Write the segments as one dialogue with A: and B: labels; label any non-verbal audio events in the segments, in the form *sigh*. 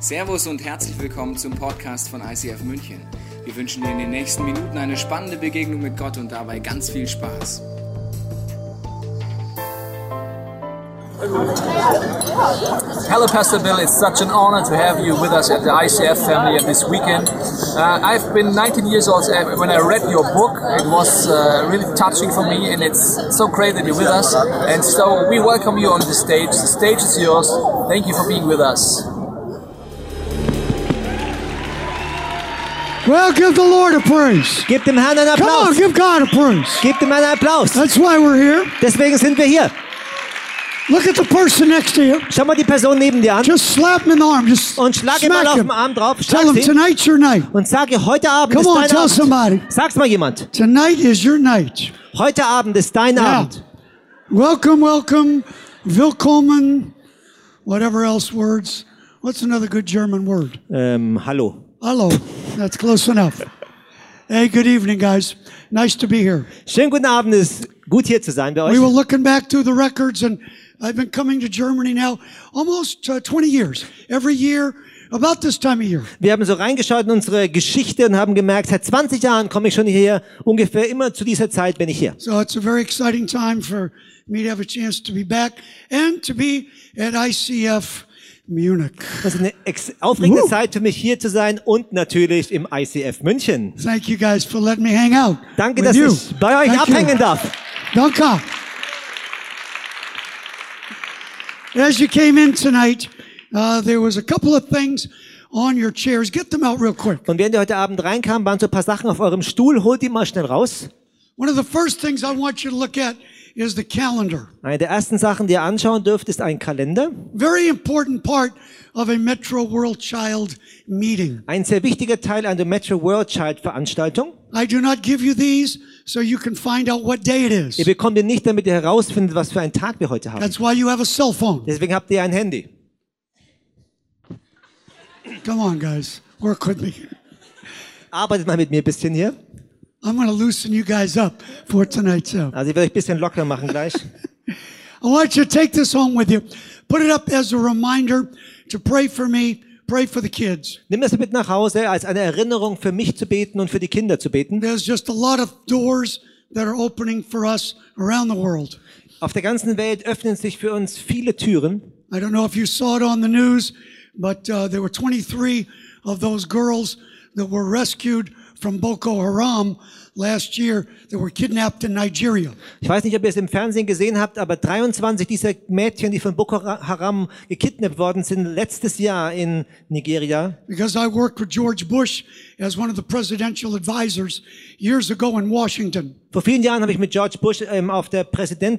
A: Servus und herzlich willkommen zum Podcast von ICF München. Wir wünschen dir in den nächsten Minuten eine spannende Begegnung mit Gott und dabei ganz viel Spaß.
B: Hello, Pastor Bill. It's such an honor to have you with us at the ICF family at this weekend. Uh, I've been 19 years old uh, when I read your book. It was uh, really touching for me, and it's so great that you're with us. And so we welcome you on the stage. The stage is yours. Thank you for being with us.
C: Well, give the Lord a praise.
D: Gebt dem Herrn einen
C: Come on,
D: Applaus.
C: give Also- God a praise.
D: Gebt dem Herrn einen Applaus.
C: That's why we're here.
D: Deswegen sind wir hier.
C: Look at the person next to you.
D: Schau mal die Person neben dir an
C: Just slap him in the arm. Just
D: und schlag ihn mal
C: smack
D: auf
C: him.
D: den Arm drauf.
C: Tell
D: Schlag
C: him
D: ihn
C: tonight's your night.
D: und sag ihr, heute Abend
C: Come
D: ist
C: on,
D: dein
C: tell
D: Abend.
C: somebody.
D: Sag's mal jemand.
C: Tonight is your night.
D: Heute Abend ist dein
C: Yeah.
D: Abend.
C: Welcome, welcome, willkommen, whatever else words. What's another good German word?
D: Ähm, hallo.
C: Hello. That's close enough. Hey, good evening, guys. Nice to be here.
D: Schönen guten Abend. Es ist gut hier zu sein bei
C: We
D: euch.
C: were looking back through the records, and I've been coming to Germany now almost uh, 20 years. Every year, about this time of year.
D: Wir haben so reingeschaut in unsere Geschichte und haben gemerkt, seit 20 Jahren komme ich schon hierher. Ungefähr immer zu dieser Zeit bin ich hier.
C: So it's a very exciting time for me to have a chance to be back and to be at ICF Munich.
D: Das ist eine ex- aufregende
C: Woo.
D: Zeit für mich hier zu sein und natürlich im ICF München.
C: Thank you guys for letting me hang out.
D: Danke,
C: with
D: dass
C: you.
D: ich bei euch
C: Thank you.
D: abhängen darf.
C: Danke. As you came in tonight, uh, there was a couple of things on your chairs. Get them out real quick.
D: Und während ihr heute Abend reinkam, waren so ein paar Sachen auf eurem Stuhl. Holt die mal schnell raus.
C: One of the first things I want you to look at is the calendar.
D: Eine der ersten Sachen, die ihr anschauen dürft, ist ein Kalender.
C: Very important part of a Metro World Child meeting.
D: Ein sehr wichtiger Teil einer Metro World Child Veranstaltung.
C: I do not give you these so you can find out what day it
D: Ihr
C: is.
D: bekommt ihn nicht, damit ihr herausfindet, was für einen Tag wir heute haben.
C: That's why you have a cell phone.
D: Deswegen habt ihr ein Handy.
C: Come on, guys, work with me.
D: Arbeitet mal mit mir ein bisschen hier.
C: I'm going to loosen you guys up for tonight's show.
D: Also ich werde euch ein bisschen locker machen gleich.
C: I want you to take this home with you. Put it up as a reminder to pray for me, pray for the kids.
D: Nimm das mit nach Hause, als eine Erinnerung für mich zu beten und für die Kinder zu beten.
C: There's just a lot of doors that are opening for us around the world.
D: Auf der ganzen Welt öffnen sich für uns viele Türen.
C: I don't know if you saw it on the news, but uh, there were 23 of those girls that were rescued from Boko Haram last year that were kidnapped in Nigeria.
D: Ich weiß nicht, ob ihr es im Fernsehen gesehen habt, aber 23 dieser Mädchen, die von Boko Haram gekidnappt worden sind, letztes Jahr in Nigeria.
C: Because I worked with George Bush as one of the presidential advisors years ago in Washington.
D: Vor vielen Jahren habe ich mit George Bush ähm, auf der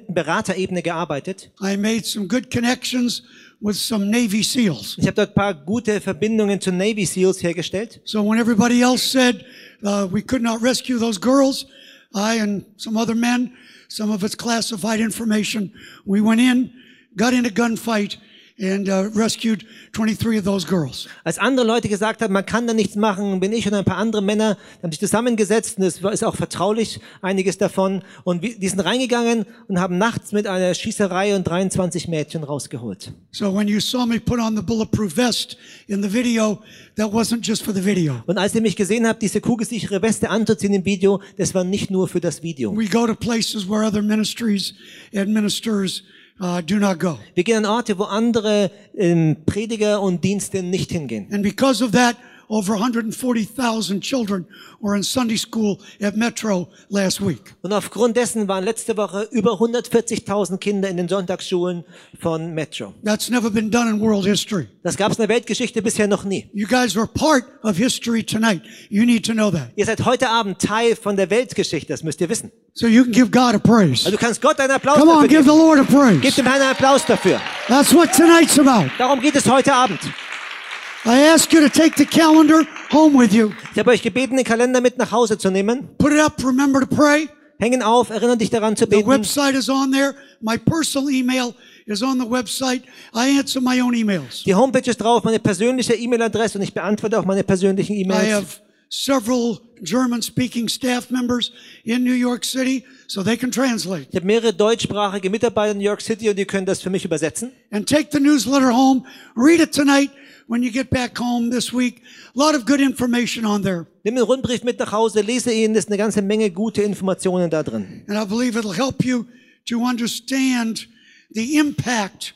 D: Präsidentenberaterebene gearbeitet.
C: I made some good connections with some Navy SEALs.
D: Ich habe dort ein paar gute Verbindungen zu Navy SEALs hergestellt.
C: So when everybody else said uh, we could not rescue those girls, I and some other men, some of it's classified information, we went in, got in a gunfight, and uh, rescued 23 of those girls.
D: Als andere Leute gesagt haben, man kann da nichts machen, bin ich und ein paar andere Männer, die haben sich zusammengesetzt und es war- ist auch vertraulich einiges davon. Und wir- die sind reingegangen und haben nachts mit einer Schießerei und 23 Mädchen rausgeholt.
C: So when you saw me put on the bulletproof vest in the video, that wasn't just for the video.
D: Und als ihr mich gesehen habt, diese kugelsichere Weste anzuziehen im Video, das war nicht nur für das Video.
C: We go to places where other ministries and ministers uh, do not go.
D: Wir gehen an Orte, wo andere ähm, Prediger und Dienste nicht hingehen.
C: And because of that, over 140,000 children were in Sunday school at Metro last week.
D: Und aufgrund dessen waren letzte Woche über 140.000 Kinder in den Sonntagsschulen von Metro.
C: That's never been done in world history.
D: Das gab es in der Weltgeschichte bisher noch nie.
C: You guys are part of history tonight. You need to know that.
D: Ihr seid heute Abend Teil von der Weltgeschichte, das müsst ihr wissen.
C: So you can give God a praise.
D: Also du kannst Gott einen Applaus
C: Come on,
D: dafür
C: give the
D: geben.
C: Lord a
D: Gebt
C: praise.
D: dem Herrn einen Applaus dafür.
C: That's what tonight's about.
D: Darum geht es heute Abend.
C: I ask you to take the calendar home with you.
D: Ich habe euch gebeten, den Kalender mit nach Hause zu nehmen.
C: Put it up. Remember to pray.
D: Hängen auf, erinnere dich daran zu
C: The
D: beten.
C: website is on there. My personal email is on the website. I answer my own emails.
D: Die Homepage ist drauf, meine persönliche E-Mail-Adresse und ich beantworte auch meine persönlichen
C: I
D: E-Mails.
C: have several German speaking staff members in New York City, so they can translate.
D: Ich habe mehrere deutschsprachige Mitarbeiter in New York City und die können das für mich übersetzen.
C: And take the newsletter home, read it tonight. when you get back home this week. A lot of good information on there.
D: Nimm den Rundbrief mit nach Hause, lese ihn, ist eine ganze Menge gute Informationen da drin.
C: And I believe it'll help you to understand the impact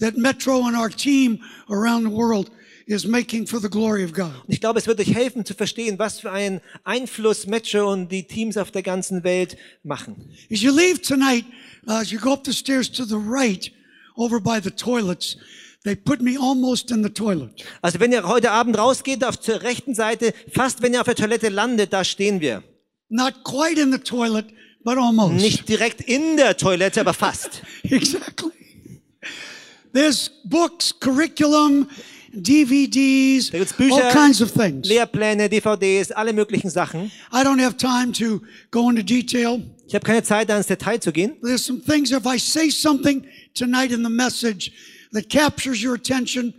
C: that Metro and our team around the world is making for the glory of God.
D: Und ich glaube, es wird euch helfen zu verstehen, was für einen Einfluss Matcher und die Teams auf der ganzen Welt machen.
C: As you leave tonight, uh, as you go up the stairs to the right, over by the toilets, they put me almost in the toilet.
D: Also wenn ihr heute Abend rausgeht, auf zur rechten Seite, fast wenn ihr auf der Toilette landet, da stehen wir.
C: Not quite in the toilet, but almost.
D: Nicht direkt in der Toilette, aber fast.
C: *laughs* Exactly. There's books, curriculum, DVDs,
D: Da gibt's Bücher,
C: all kinds of things.
D: Lehrpläne, DVDs, alle möglichen Sachen.
C: I don't have time to go into detail.
D: Ich habe keine Zeit, da ins Detail zu gehen.
C: There's some things, if I say something tonight in the message that captures your attention,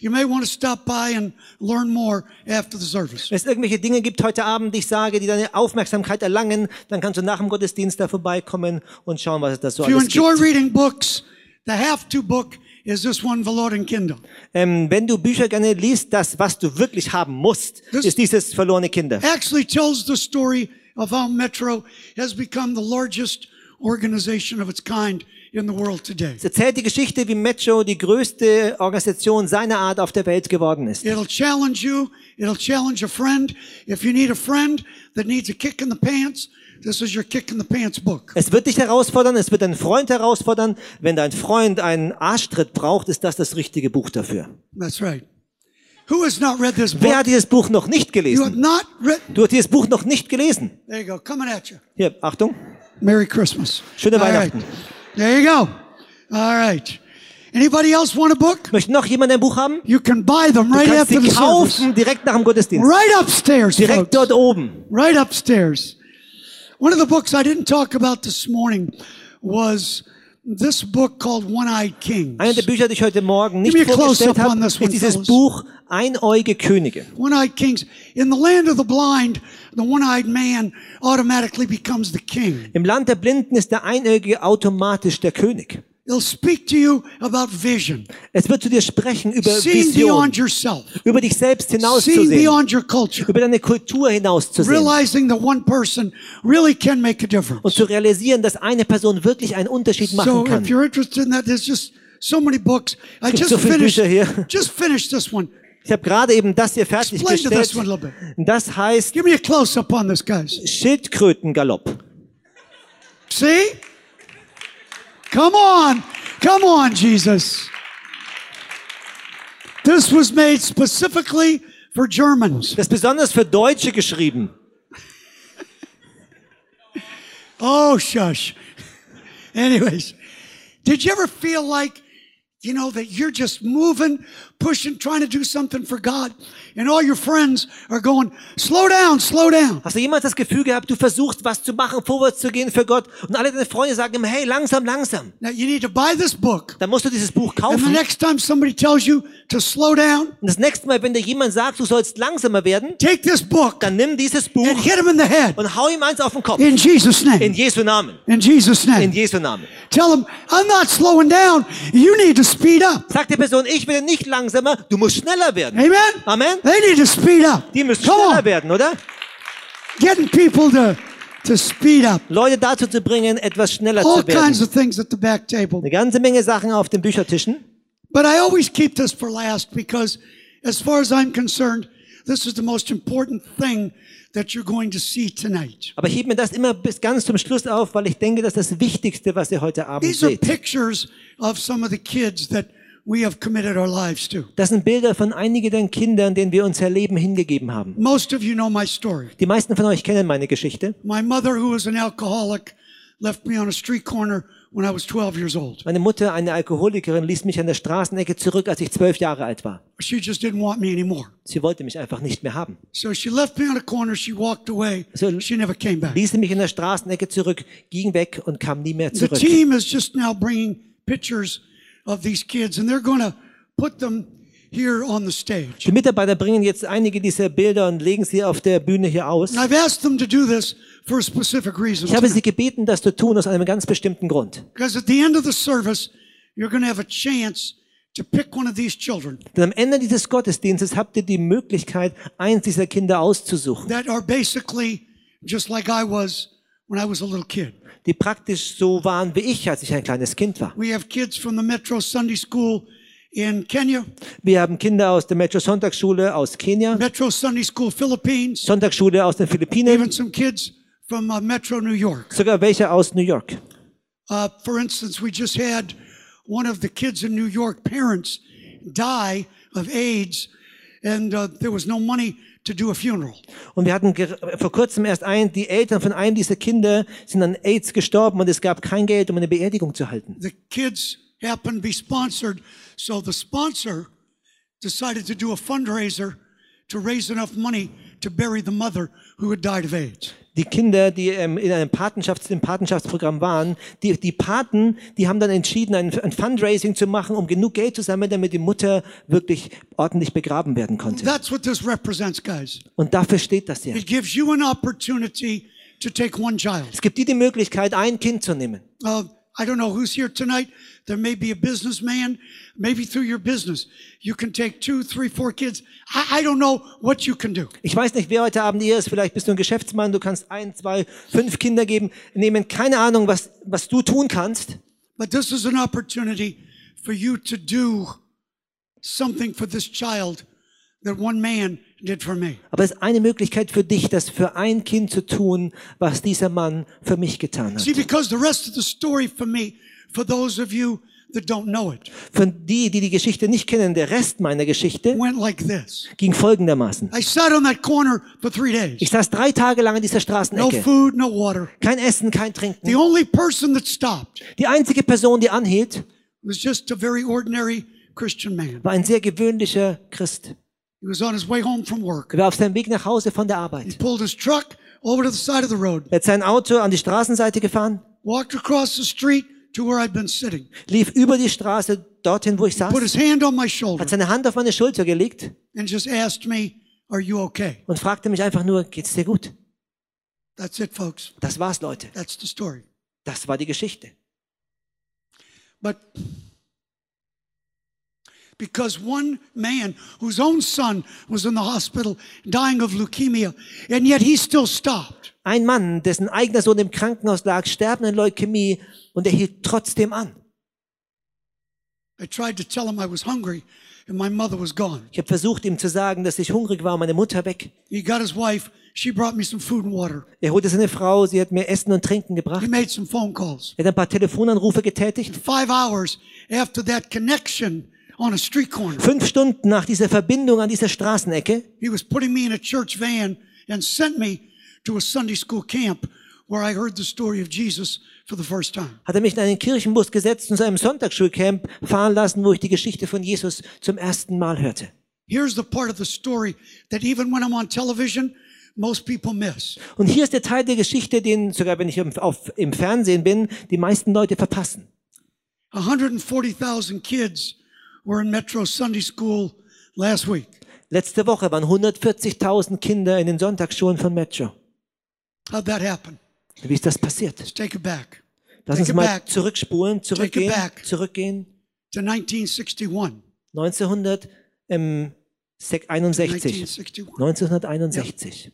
C: you may want to stop by and learn more after the service.
D: Wenn es irgendwelche Dinge gibt heute Abend, die ich sage, die deine Aufmerksamkeit erlangen, dann kannst du nach dem Gottesdienst da vorbeikommen und schauen, was es da so
C: If you
D: alles
C: enjoy
D: gibt.
C: reading books, the have to book is this one, Verloren Kinder.
D: Ähm, wenn du Bücher gerne liest, das, was du wirklich haben musst,
C: Das-
D: ist dieses verlorene Kinder.
C: Actually tells the story of how Metro has become the largest organization of its kind in the world today.
D: Es erzählt die Geschichte, wie Metro die größte Organisation seiner Art auf der Welt geworden ist.
C: It'll challenge you. It'll challenge a friend. If you need a friend that needs a kick in the pants, this is your kick in the pants book.
D: Es wird dich herausfordern, es wird deinen Freund herausfordern. Wenn dein Freund einen Arschtritt braucht, ist das das richtige Buch dafür.
C: That's right. Who has not read this
D: Wer
C: book?
D: hat dieses Buch noch nicht
C: You have
D: gelesen?
C: not read.
D: Du hast dieses Buch noch nicht gelesen.
C: There you go. Coming at you.
D: Hier, Achtung.
C: Merry Christmas.
D: Schöne
C: All right.
D: Weihnachten.
C: There you go. All right. Anybody else want a book?
D: Möchte noch jemand ein Buch haben?
C: You can buy them
D: Du
C: right
D: kannst
C: after
D: sie
C: the service.
D: kaufen direkt nach dem Gottesdienst.
C: Right upstairs, folks.
D: Direkt dort oben.
C: right upstairs. One of the books I didn't talk about this morning was this book called One Eyed Kings.
D: Eine der Bücher, die ich heute Morgen nicht
C: Give me a
D: vorgestellt
C: close-up on
D: habe,
C: this one,
D: ist dieses
C: fellas.
D: Buch Einäugige Könige.
C: One eyed kings. In the land of the blind, the one eyed man automatically becomes the king.
D: Im Land der Blinden ist der Einäugige automatisch der König.
C: It'll speak to you about vision,
D: Es wird zu dir sprechen über
C: seeing
D: Vision,
C: beyond yourself,
D: über dich selbst
C: seeing
D: hinauszusehen,
C: beyond your culture,
D: über deine Kultur hinauszusehen
C: realizing that one person really can make a
D: und
C: difference.
D: zu realisieren, dass eine Person wirklich einen Unterschied machen
C: So if
D: kann.
C: you're interested in that, there's just so many books. I
D: gibt
C: just
D: so viele
C: finished,
D: Bücher hier.
C: just finished this one.
D: Ich habe gerade eben das hier
C: Explain to this
D: fertiggestellt.
C: one a little bit.
D: Das heißt
C: Give me a close up on this, guys.
D: Schildkrötengalopp.
C: See? Come on. Come on, Jesus. This was made specifically for Germans.
D: Das ist besonders für Deutsche geschrieben.
C: Oh, shush. *laughs* Anyways, did you ever feel like, you know, that you're just moving, pushing, trying to do something for God, and all your friends are going, slow down, slow down?
D: Hast du jemals das Gefühl gehabt, du versuchst was zu machen, vorwärts zu gehen für Gott und alle deine Freunde sagen immer, hey, langsam, langsam.
C: Now, you need to buy this book.
D: Dann musst du dieses Buch
C: And the
D: kaufen.
C: next time somebody tells you to slow down,
D: Und das nächste Mal, wenn dir jemand sagt, du sollst langsamer werden,
C: take this book
D: dann nimm dieses
C: and
D: Buch
C: hit him in the head.
D: und hau ihm eins auf den Kopf.
C: In Jesus' name.
D: In Jesu Namen.
C: In Jesus'
D: In
C: name.
D: Jesu Namen.
C: Tell them, I'm not slowing down. You need to speed up.
D: Sag der Person, ich werde nicht langsamer, du musst schneller werden.
C: Amen?
D: Amen.
C: They need to speed up.
D: Die müssen
C: Come
D: schneller
C: on.
D: werden, oder?
C: Getting people to, to speed up.
D: Leute dazu zu bringen, etwas schneller
C: All
D: zu
C: kinds
D: werden.
C: of things at the back table.
D: Eine ganze Menge Sachen auf den Büchertischen.
C: But I always keep this for last because, as far as I'm concerned, this is the most important thing that you're going to see tonight.
D: Aber ich hebe mir das immer bis ganz zum Schluss auf, weil ich denke, das ist das Wichtigste, was ihr heute Abend
C: These are
D: seht.
C: pictures of some of the kids that we have committed our lives to.
D: Das sind Bilder von einigen der Kindern, denen wir unser Leben hingegeben haben.
C: Most of you know my story.
D: Die meisten von euch kennen meine Geschichte.
C: My mother, who was an alcoholic, left me on a street corner when I was 12 years old.
D: Meine Mutter, eine Alkoholikerin, ließ mich an der Straßenecke zurück, als ich zwölf Jahre alt war.
C: She just didn't want me anymore.
D: Sie wollte mich einfach nicht mehr haben.
C: So she left me on a corner. She walked away.
D: So-
C: she never came back.
D: Ließ sie mich in der Straßenecke zurück, ging weg und kam nie mehr
C: The
D: zurück.
C: team is just now bringing pictures of these kids, and they're going to put them here on the stage.
D: Die Mitarbeiter bringen jetzt einige dieser Bilder und legen sie auf der Bühne hier aus.
C: And I've asked them to do this for a specific reason.
D: Ich habe sie gebeten, das zu tun, aus einem ganz bestimmten Grund.
C: Because at the end of the service, you're going to have a chance to pick one of these children
D: Denn am Ende dieses Gottesdienstes habt ihr die Möglichkeit, eins dieser Kinder auszusuchen,
C: that are basically just like I was when I was a little kid.
D: die praktisch so waren wie ich, als ich ein kleines Kind war.
C: We have kids from the Metro Sunday School in Kenya,
D: Wir haben Kinder aus der Metro Sonntagsschule aus Kenia,
C: Metro Sunday School Philippines,
D: Sonntagsschule aus den Philippinen,
C: even some kids from uh, Metro New York.
D: sogar welche aus New York.
C: Uh, for instance, we just had one of the kids in New York parents die of AIDS, and uh, there was no money to do a funeral.
D: Und wir hatten ger- vor kurzem erst ein, die Eltern von einem dieser Kinder sind an AIDS gestorben und es gab kein Geld, um eine Beerdigung zu halten.
C: The kids happened to be sponsored, so the sponsor decided to do a fundraiser to raise enough money to bury the mother who had died of AIDS.
D: Die Kinder, die ähm, in einem Patenschafts-, im Patenschaftsprogramm waren, die, die Paten, die haben dann entschieden, ein, ein Fundraising zu machen, um genug Geld zu sammeln, damit die Mutter wirklich ordentlich begraben werden konnte.
C: That's what this represents, guys.
D: Und dafür steht das hier.
C: It gives you an opportunity to take one child.
D: Es gibt dir die Möglichkeit, ein Kind zu nehmen.
C: Uh, I don't know who's here tonight. There may be a businessman. Maybe through your business, you can take two, three, four kids. I, I don't know what you can do.
D: Ich weiß nicht, wer heute Abend hier ist. Vielleicht bist du ein Geschäftsmann. Du kannst ein, zwei, fünf Kinder geben, nehmen. Keine Ahnung, was, was du tun kannst.
C: But this is an opportunity for you to do something for this child that one man did for me.
D: Aber es ist eine Möglichkeit für dich, das für ein Kind zu tun, was dieser Mann für mich getan hat.
C: See, because the rest of the story for me, for those of you that don't know it,
D: Für die, die die Geschichte nicht kennen, der Rest meiner Geschichte
C: went like this.
D: ging folgendermaßen.
C: I sat on that corner for three days.
D: Ich saß drei Tage lang in dieser
C: No
D: Straßenecke.
C: food, no water.
D: Kein Essen, kein
C: The
D: Trinken.
C: only person that stopped
D: Die einzige Person, die anhielt,
C: was just a very ordinary Christian man.
D: war ein sehr gewöhnlicher Christ.
C: He was on his way home from work.
D: Er war auf seinem Weg nach Hause von der
C: He
D: Arbeit.
C: pulled his truck over to the side of the road,
D: Er hat sein Auto an die Straßenseite gefahren,
C: walked across the street to where I'd been sitting,
D: lief über die Straße dorthin, wo ich saß,
C: put his hand on my shoulder,
D: hat seine Hand auf meine Schulter gelegt
C: and just asked me, Are you okay?
D: und fragte mich einfach nur, geht's dir gut?
C: That's it, folks.
D: Das war's, Leute.
C: That's the story.
D: Das war die Geschichte.
C: But because one man whose own son was in the hospital dying of leukemia, and yet he still stopped.
D: Ein Mann, dessen eigener Sohn im Krankenhaus lag, sterbend an Leukämie und er hielt trotzdem an.
C: I tried to tell him I was hungry and my mother was gone.
D: Ich habe versucht, ihm zu sagen, dass ich hungrig war, meine Mutter weg.
C: He got his wife. She brought me some food and water.
D: Er holte seine Frau, sie hat mir Essen und Trinken
C: He
D: gebracht.
C: made some phone calls.
D: Er hat ein paar Telefonanrufe getätigt.
C: Five hours after that connection on a street corner,
D: Fünf Stunden nach dieser Verbindung an dieser Straßenecke
C: he was putting me in a church van and sent me to a Sunday school camp where I heard the story of Jesus for the first time.
D: hat er mich in einen Kirchenbus gesetzt und zu einem Sonntagsschulcamp fahren lassen, wo ich die Geschichte von Jesus zum ersten Mal hörte.
C: Here's the part of the story that even when I'm on television, most people miss.
D: Und hier ist der Teil der Geschichte, den sogar wenn ich im, auf, im Fernsehen bin, die meisten Leute verpassen.
C: 140,000 kids were in Metro Sunday School last week.
D: Letzte Woche waren 140.000 Kinder in den Sonntagsschulen von Metro.
C: How'd that happen?
D: Wie ist das passiert?
C: Let's take it back
D: Lass
C: Take
D: uns
C: it
D: mal
C: back.
D: zurückspulen, zurückgehen,
C: back.
D: zurückgehen.
C: to 1961.
D: ähm, 1961.
C: 1961,
D: 1961,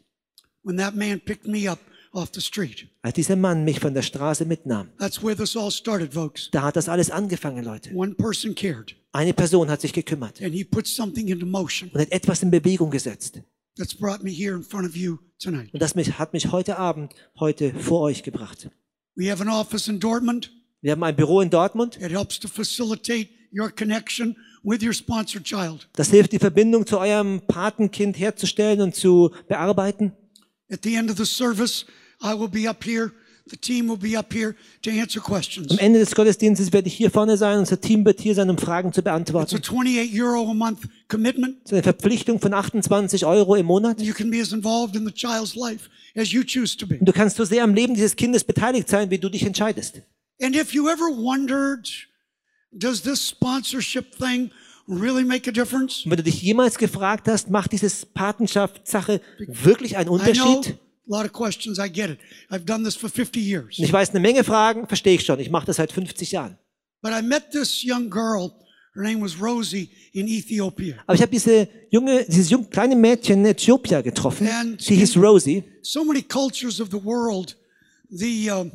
C: when that man picked me up off the street.
D: als dieser Mann mich von der Straße mitnahm.
C: That's where this all started, folks.
D: Da hat das alles angefangen, Leute.
C: One person cared,
D: Eine Person hat sich gekümmert
C: and he put something into motion
D: und hat etwas in Bewegung gesetzt.
C: that's brought me here in front of you tonight.
D: Und das mich, hat mich heute Abend, heute vor euch gebracht.
C: We have an office in Dortmund.
D: Wir haben ein Büro in Dortmund.
C: It helps to facilitate your connection with your sponsor child.
D: Das hilft, die Verbindung zu eurem Patenkind herzustellen und zu bearbeiten.
C: At the end of the service, I will be up here. The team will be up here to answer questions.
D: Am Ende des Gottesdienstes werde ich hier vorne sein, unser Team wird hier sein, um Fragen zu
C: It's a
D: beantworten.
C: 28 euro a month commitment.
D: Das ist eine Verpflichtung von 28 Euro im Monat.
C: You can be as involved in the child's life as you choose to be.
D: Und du kannst so sehr am Leben dieses Kindes beteiligt sein, wie du dich entscheidest.
C: And if you ever wondered, does this sponsorship thing really make a difference?
D: Und wenn du dich jemals gefragt hast, macht dieses Patenschaftssache wirklich einen
C: I know a
D: Unterschied?
C: lot of questions. I get it. I've done this for 50 years.
D: Und ich weiß, eine Menge Fragen verstehe ich schon. Ich mache das seit 50 Jahren.
C: But I met this young girl Her name was Rosie in Ethiopia.
D: Aber ich habe diese junge, dieses junge, kleine Mädchen in Äthiopia getroffen.
C: And-
D: Sie hieß Rosie.
C: So many cultures of the world, the um,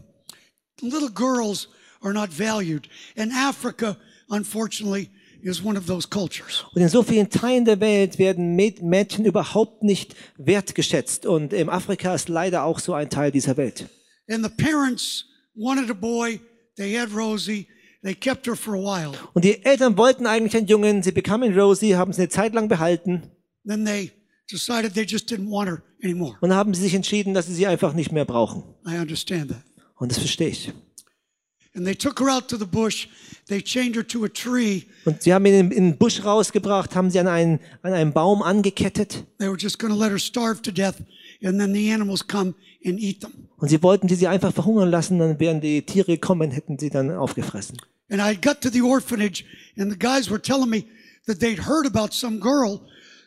C: little girls are not valued. And Africa, unfortunately, is one of those cultures.
D: Und in so vielen Teilen der Welt werden Mäd- Mädchen überhaupt nicht wertgeschätzt. Und in Afrika ist leider auch so ein Teil dieser Welt.
C: And the parents wanted a boy. They had Rosie. They kept her for a while.
D: Und die Eltern wollten eigentlich einen Jungen. Sie bekamen Rosie, haben sie eine Zeit lang behalten
C: Then they decided they just didn't want her anymore.
D: und haben sie sich entschieden, dass sie sie einfach nicht mehr brauchen.
C: I understand that.
D: Und das verstehe ich.
C: And they took her out to the bush. They chained her to a tree.
D: Und sie haben ihn in, in den Busch rausgebracht, haben sie an einen, an einen Baum angekettet
C: They were just going to let her starve to death. And then the animals come and eat them.
D: und sie wollten die sie einfach verhungern lassen, dann wären die Tiere gekommen, hätten sie dann aufgefressen.
C: And I got to the orphanage, and the guys were telling me that they'd heard about some girl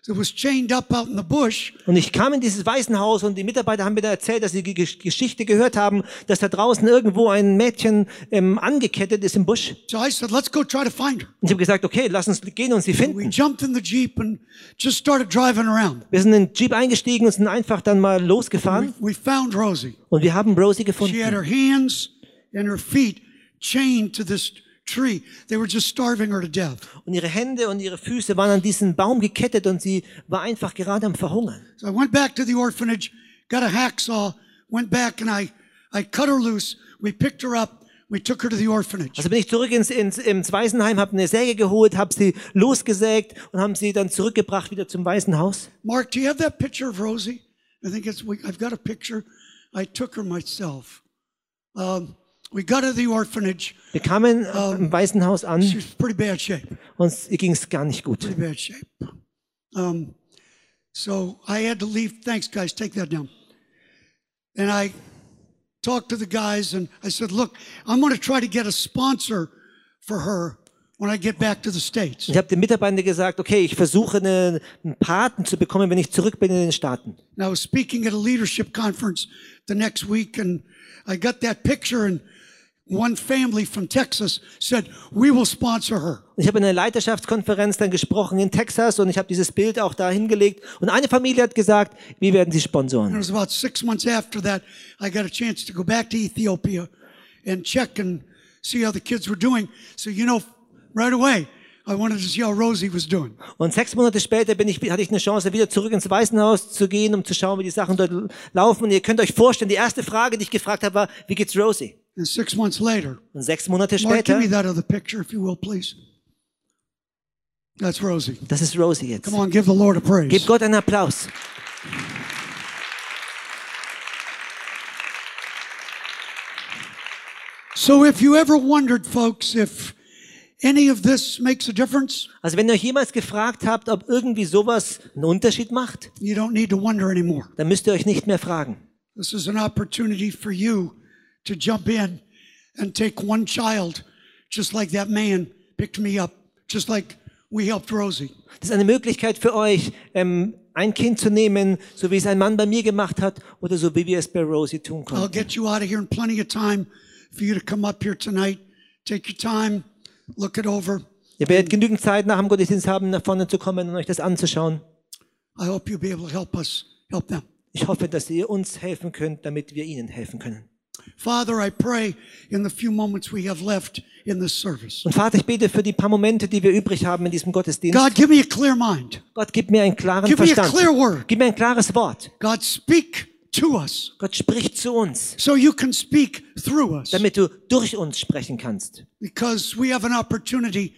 C: that was chained up out in the bush.
D: Und ich kam in dieses Waisenhaus und die Mitarbeiter haben mir da erzählt, dass sie die Gesch- Geschichte gehört haben, dass da draußen irgendwo ein Mädchen ähm, angekettet ist im Busch.
C: So I said, let's go try to find her.
D: Und ich habe gesagt, okay, lass uns gehen und sie
C: We
D: *laughs* finden.
C: jumped in the Jeep and just started driving around.
D: Wir sind in den Jeep eingestiegen und sind einfach dann mal losgefahren
C: We found Rosie.
D: und wir haben Rosie
C: She had
D: gefunden.
C: her hands and her feet chained to this tree. They were just starving her to death.
D: Und ihre Hände und ihre Füße waren an diesen Baum gekettet und sie war einfach gerade am Verhungern.
C: So I went back to the orphanage, got a hacksaw, went back and I, I cut her loose. We picked her up. We took her to the orphanage.
D: Also bin ich zurück ins, ins, ins Waisenheim, habe eine Säge geholt, habe sie losgesägt und haben sie dann zurückgebracht wieder zum Waisenhaus.
C: Mark, do you have that picture of Rosie? I think it's, we, I've got a picture. I took her myself. Um, we got her to the orphanage.
D: Wir kamen äh, im Waisenhaus
C: She
D: an
C: was pretty bad shape,
D: und es ging es gar nicht gut.
C: pretty bad shape. Um, so I had to leave. Thanks, guys. Take that down. And I talked to the guys and I said, look, I'm going to try to get a sponsor for her when I get back to the States.
D: Ich habe den Mitarbeitern gesagt, okay, ich versuche einen, einen Paten zu bekommen, wenn ich zurück bin in den Staaten.
C: And I was speaking at a leadership conference the next week, and I got that picture, and one family from Texas said, We will sponsor her.
D: Und Ich habe in einer Leiterschaftskonferenz dann gesprochen in Texas und ich habe dieses Bild auch da hingelegt. Und eine Familie hat gesagt, wir werden sie
C: It
D: sponsoren.
C: was about six months after that, I got a chance to go back to Ethiopia and check and see how the kids were doing. So, you know, right away, I wanted to see how Rosie was doing.
D: Und sechs Monate später bin ich, hatte ich eine Chance, wieder zurück ins Waisenhaus zu gehen, um zu schauen, wie die Sachen dort laufen. Und ihr könnt euch vorstellen, die erste Frage, die ich gefragt habe, war, wie geht's Rosie?
C: And six months later,
D: Und sechs Monate
C: Mark, give
D: später,
C: me that other picture, if you will, please. That's Rosie.
D: das ist Rosie jetzt.
C: Come on, give the Lord a praise.
D: Gebt Gott einen Applaus.
C: So, if you ever wondered, folks, if any of this makes a difference,
D: Also wenn ihr euch jemals gefragt habt, ob irgendwie sowas einen Unterschied macht,
C: you don't need to wonder anymore.
D: dann müsst ihr euch nicht mehr fragen.
C: This is an opportunity for you to jump in and take one child, just like that man picked me up, just like we helped Rosie.
D: Das ist eine Möglichkeit für euch, ähm, ein Kind zu nehmen, so wie es ein Mann bei mir gemacht hat oder so wie wir es bei Rosie tun
C: I'll
D: konnten.
C: get you out of here in plenty of time for you to come up here tonight. Take your time, look it over.
D: Ihr werdet genügend Zeit nach dem Gottesdienst haben, nach vorne zu kommen und euch das anzuschauen.
C: I hope you'll be able to help us help them.
D: Ich hoffe, dass ihr uns helfen könnt, damit wir ihnen helfen können.
C: Father, I pray in the few moments we have left in this service.
D: Und Vater, ich bete für die paar Momente, die wir übrig haben in diesem Gottesdienst.
C: God, give me a clear mind.
D: Gott, gib mir einen klaren
C: Give me a
D: Verstand.
C: clear word.
D: Gib mir ein klares Wort.
C: God, speak to us
D: Gott spricht zu uns,
C: so you can speak through us
D: damit du durch uns sprechen kannst.
C: because we have an opportunity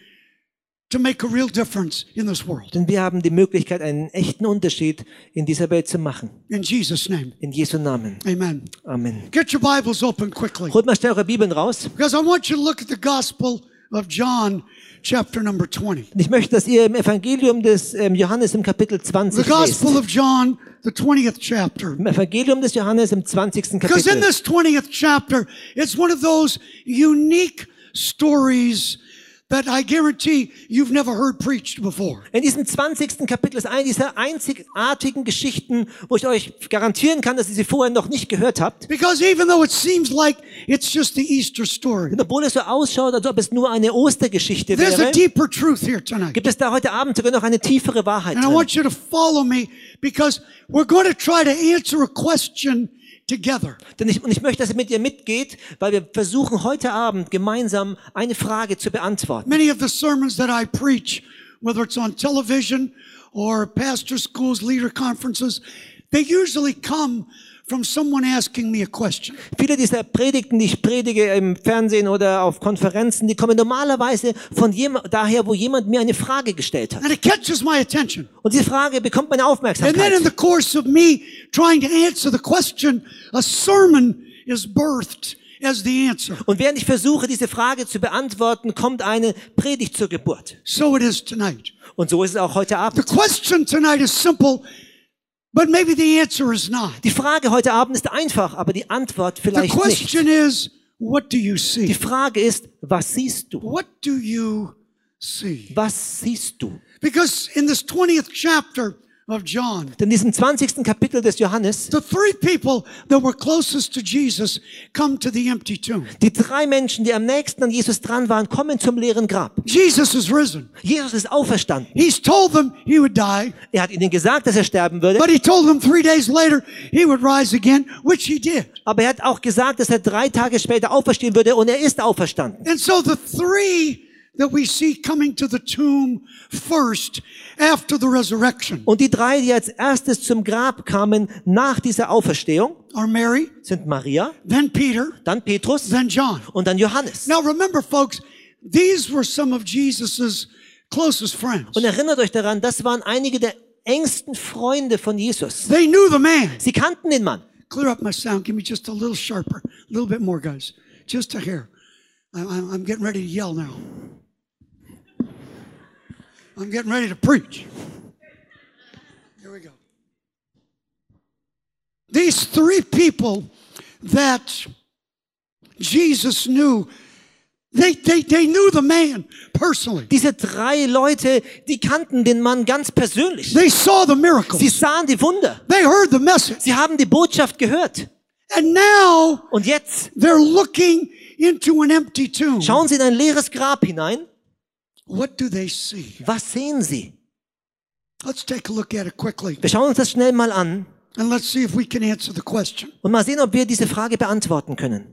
C: to make a real difference in this world.
D: Denn wir haben die Möglichkeit, einen echten Unterschied in dieser Welt zu machen.
C: In Jesus' name,
D: In Jesu Namen.
C: amen.
D: Amen.
C: Get your Bibles open quickly
D: Holt mal schnell eure Bibeln raus.
C: because I want you to look at the Gospel of John, chapter number 20.
D: Und ich möchte, dass ihr im Evangelium des ähm, Johannes im Kapitel
C: The
D: 20 lest.
C: Gospel of John, the 20th chapter.
D: Im Evangelium des Johannes im 20.
C: Because in
D: Kapitel.
C: this 20th chapter, it's one of those unique stories but I guarantee you've never heard preached before.
D: In diesem 20. Kapitel ist eine dieser einzigartigen Geschichten, wo ich euch garantieren kann, dass ihr sie vorher noch nicht gehört habt.
C: Because even though it seems like it's just the Easter story,
D: Und obwohl es so ausschaut, als ob es nur eine Ostergeschichte
C: there's a
D: wäre,
C: deeper truth here tonight.
D: gibt es da heute Abend sogar noch eine tiefere Wahrheit.
C: And I
D: Drin.
C: want you to follow me because we're going to try to answer a question together.
D: Denn ich, und ich möchte, dass ihr mit ihr mitgeht, weil wir versuchen heute Abend gemeinsam eine Frage zu beantworten.
C: Many of the sermons that I preach, whether it's on television or pastor schools, leader conferences, they usually come from someone asking me a question.
D: Viele dieser Predigten, die ich predige im Fernsehen oder auf Konferenzen, die kommen normalerweise von jem, daher, wo jemand mir eine Frage gestellt hat.
C: And it catches my attention.
D: Und diese Frage bekommt meine
C: And then in
D: Aufmerksamkeit.
C: the course of me trying to answer the question, a sermon is birthed as the answer.
D: Und während ich versuche, diese Frage zu beantworten, kommt eine Predigt zur Geburt.
C: So it is tonight.
D: Und so ist es auch heute
C: The
D: Abend.
C: question tonight is simple, but maybe the answer is not.
D: Die Frage heute Abend ist einfach, aber die Antwort
C: The
D: vielleicht nicht.
C: question is, what do you
D: Die
C: see?
D: Frage ist, was siehst du?
C: What do you see?
D: Was siehst du?
C: Because in this 20th chapter of John,
D: Denn in diesem 20. Kapitel des Johannes,
C: the three people that were closest to Jesus come to the empty tomb.
D: die drei Menschen, die am nächsten an Jesus dran waren, kommen zum leeren Grab.
C: Jesus is risen.
D: Jesus ist auferstanden.
C: He's told them he would die,
D: Er hat ihnen gesagt, dass er sterben würde,
C: but he told them three days later he would rise again, which he did.
D: aber er hat auch gesagt, dass er drei Tage später auferstehen würde und er ist auferstanden.
C: And so the three that we see coming to the tomb first after the resurrection
D: Und die drei, die als erstes zum Grab kamen nach dieser Auferstehung,
C: are Mary,
D: sind Maria,
C: then Peter,
D: dann Petrus
C: then John.
D: und dann Johannes.
C: Now remember, folks, these were some of Jesus's closest friends.
D: Und erinnert euch daran, das waren einige der engsten Freunde von Jesus.
C: They knew the man.
D: Sie kannten den Mann.
C: clear up my sound. Give me just a little sharper, a little bit more, guys. Just a hair. I- I- I'm getting ready to yell now. I'm getting ready to preach. Here we go. These three people that Jesus knew, they, they, they knew the man personally.
D: Diese drei Leute, die kannten den Mann ganz persönlich.
C: They saw the miracle.
D: Sie sahen die Wunder.
C: They heard the message.
D: Sie haben die Botschaft gehört.
C: And now
D: Und jetzt
C: they're looking into an empty tomb.
D: schauen sie in ein leeres Grab hinein.
C: What do they see?
D: Was sehen sie?
C: Let's take a look at it quickly
D: Wir schauen uns das schnell mal an
C: and let's see if we can answer the question.
D: und mal sehen, ob wir diese Frage beantworten können.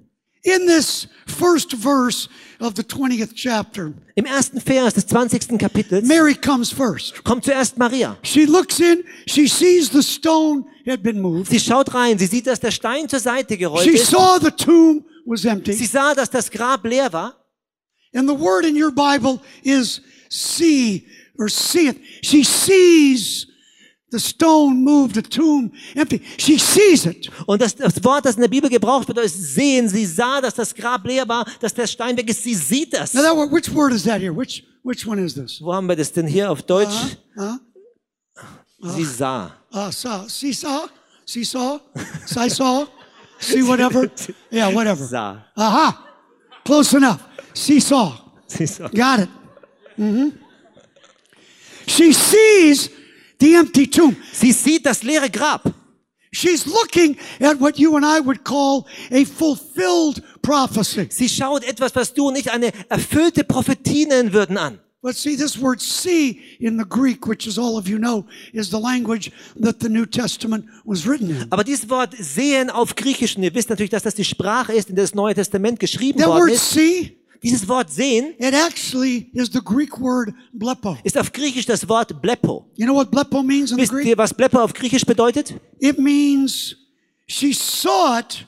C: In this first verse of the 20th chapter,
D: Im ersten Vers des 20. Kapitels
C: Mary comes first.
D: kommt zuerst Maria.
C: She looks in, she sees the stone had been moved.
D: Sie schaut rein, sie sieht, dass der Stein zur Seite gerollt
C: She
D: ist.
C: saw the tomb was
D: Sie
C: empty.
D: sah, dass das Grab leer war.
C: And the word in your Bible is see or seeth. She sees the stone moved, the tomb empty. She sees it.
D: Und das, das Wort, das in der Bibel gebraucht wird, ist sehen. Sie sah, dass das Grab leer war, dass der Stein weg ist. Sie sieht das.
C: Now that word, which word is that here? Which which one is this?
D: Wo haben wir das denn hier auf Deutsch?
C: Huh?
D: Sie sah.
C: uh, saw, seesaw, seesaw, seesaw, see whatever. Yeah, whatever.
D: Saw.
C: Aha, close enough. Seesaw,
D: Sie sah.
C: got it. hmm She sees the empty tomb.
D: Sie sieht das leere Grab.
C: She's looking at what you and I would call a fulfilled prophecy.
D: Sie schaut etwas, was du und ich eine erfüllte Prophetie nennen würden an.
C: But see, this word see in the Greek, which as all of you know, is the language that the New Testament was written in.
D: Aber dieses Wort sehen auf Griechisch, und ihr wisst natürlich, dass das die Sprache ist, in der das Neue Testament geschrieben
C: That
D: worden
C: word
D: ist.
C: see,
D: Dieses Wort sehen
C: it actually is the Greek word blepo.
D: ist auf Griechisch das Wort blepo.
C: You know what blepo means in
D: Wisst
C: Greek?
D: ihr, was blepo auf Griechisch bedeutet?
C: It means she saw it,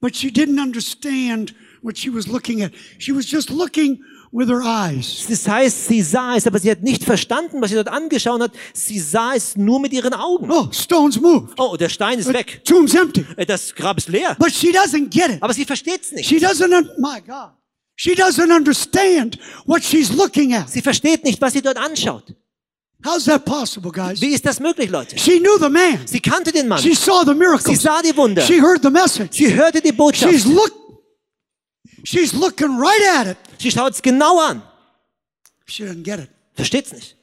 C: but she didn't understand what she was looking at. She was just looking with her eyes.
D: Das heißt, sie sah es, aber sie hat nicht verstanden, was sie dort angeschaut hat. Sie sah es nur mit ihren Augen.
C: Oh, stone's moved.
D: Oh, der Stein ist weg.
C: Tomb's empty.
D: Äh, Das Grab ist leer.
C: But she doesn't get it.
D: Aber sie versteht's nicht.
C: She doesn't, un- my God. She doesn't understand what she's looking at.
D: Sie versteht nicht, was sie dort anschaut.
C: How's that possible, guys?
D: Wie ist das möglich, Leute?
C: She knew the man.
D: Sie kannte den Mann.
C: She saw the miracle.
D: Sie sah die Wunder.
C: She heard the message.
D: Sie hörte die Botschaft.
C: She's look. She's looking right at it.
D: Sie schaut's genau an.
C: She doesn't get it.
D: Versteht's nicht.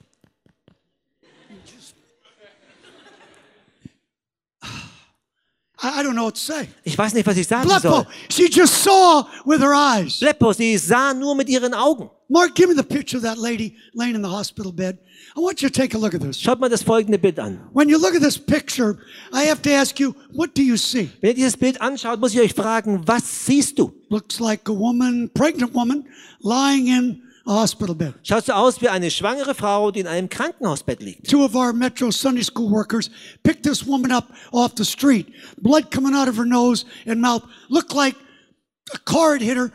C: I, I don't know what to say.
D: Ich weiß nicht, was ich sagen soll.
C: Blepo, she just saw with her eyes.
D: Bleppo, sie sah nur mit ihren Augen.
C: Mark, give me the picture of that lady laying in the hospital bed. I want you to take a look at this.
D: Schaut mal das folgende Bild an.
C: When you look at this picture, I have to ask you, what do you see?
D: Wenn ihr dieses Bild anschaut, muss ich euch fragen, was siehst du?
C: Looks like a woman, pregnant woman, lying in a hospital bed.
D: Schaut so aus wie eine schwangere Frau, die in einem Krankenhausbett liegt.
C: Two of our Metro Sunday school workers picked this woman up off the street, blood coming out of her nose and mouth. Looked like a car had hit her.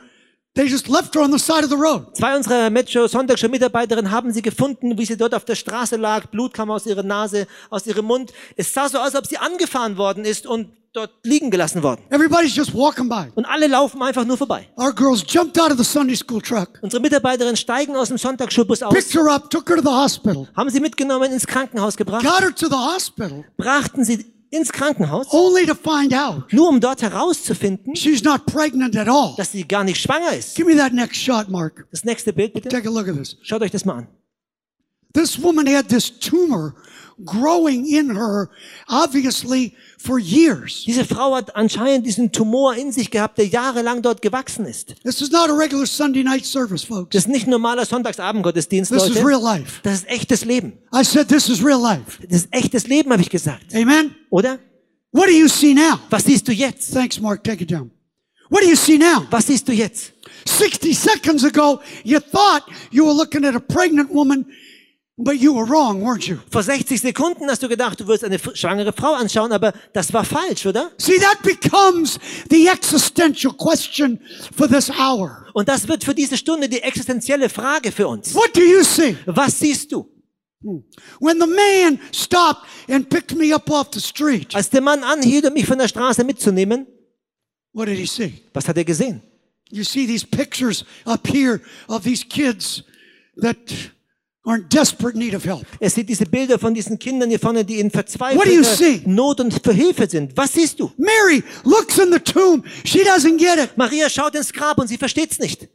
C: They just left her on the side of the road.
D: Zwei unserer Metro Sonntagsschau Mitarbeiterinnen haben sie gefunden, wie sie dort auf der Straße lag. Blut kam aus ihrer Nase, aus ihrem Mund. Es sah so aus, als ob sie angefahren worden ist und dort liegen gelassen worden.
C: Everybody's just walking by.
D: Und alle laufen einfach nur vorbei.
C: Our girls jumped out of the Sunday school truck,
D: Unsere Mitarbeiterinnen steigen aus dem Sonntagsschulbus
C: picked
D: aus,
C: her up, took her to the hospital,
D: haben sie mitgenommen ins Krankenhaus gebracht,
C: got her to the hospital,
D: brachten sie ins Krankenhaus,
C: only to find out
D: nur um dort herauszufinden,
C: she's not pregnant at all.
D: dass sie gar nicht schwanger ist.
C: Give me that next shot, Mark.
D: Das nächste Bild bitte.
C: Take a look at this.
D: Schaut euch das mal an.
C: This woman had this tumor growing in her, obviously, for years.
D: Diese Frau hat anscheinend diesen Tumor in sich gehabt, der jahrelang dort gewachsen ist.
C: This is not a regular Sunday night service, folks.
D: Das ist nicht normaler Sonntagsabendgottesdienst,
C: This is real
D: Leute.
C: life.
D: Das ist echtes Leben.
C: I said this is real life.
D: Das ist echtes Leben, habe ich gesagt.
C: Amen?
D: Oder?
C: What do you see now?
D: Was siehst du jetzt?
C: Thanks, Mark. Take it down. What do you see now?
D: Was siehst du jetzt?
C: 60 seconds ago, you thought you were looking at a pregnant woman, but you were wrong, weren't you?
D: Vor 60 Sekunden hast du gedacht, du würdest eine fr- schwangere Frau anschauen, aber das war falsch, oder?
C: See, that becomes the existential question for this hour.
D: Und das wird für diese Stunde die existenzielle Frage für uns.
C: What do you see?
D: Was siehst du?
C: When the man stopped and picked me up off the street,
D: Als der Mann anhielt, um mich von der Straße mitzunehmen,
C: what did he see?
D: was hat er gesehen?
C: You see these pictures up here of these kids that are in desperate need of help.
D: Er sieht diese Bilder von diesen Kindern hier vorne, die in
C: What do you see?
D: verzweifelter Not und für Hilfe sind. Was siehst du?
C: Mary looks in the tomb. She doesn't get it.
D: Maria schaut ins Grab und sie versteht's nicht.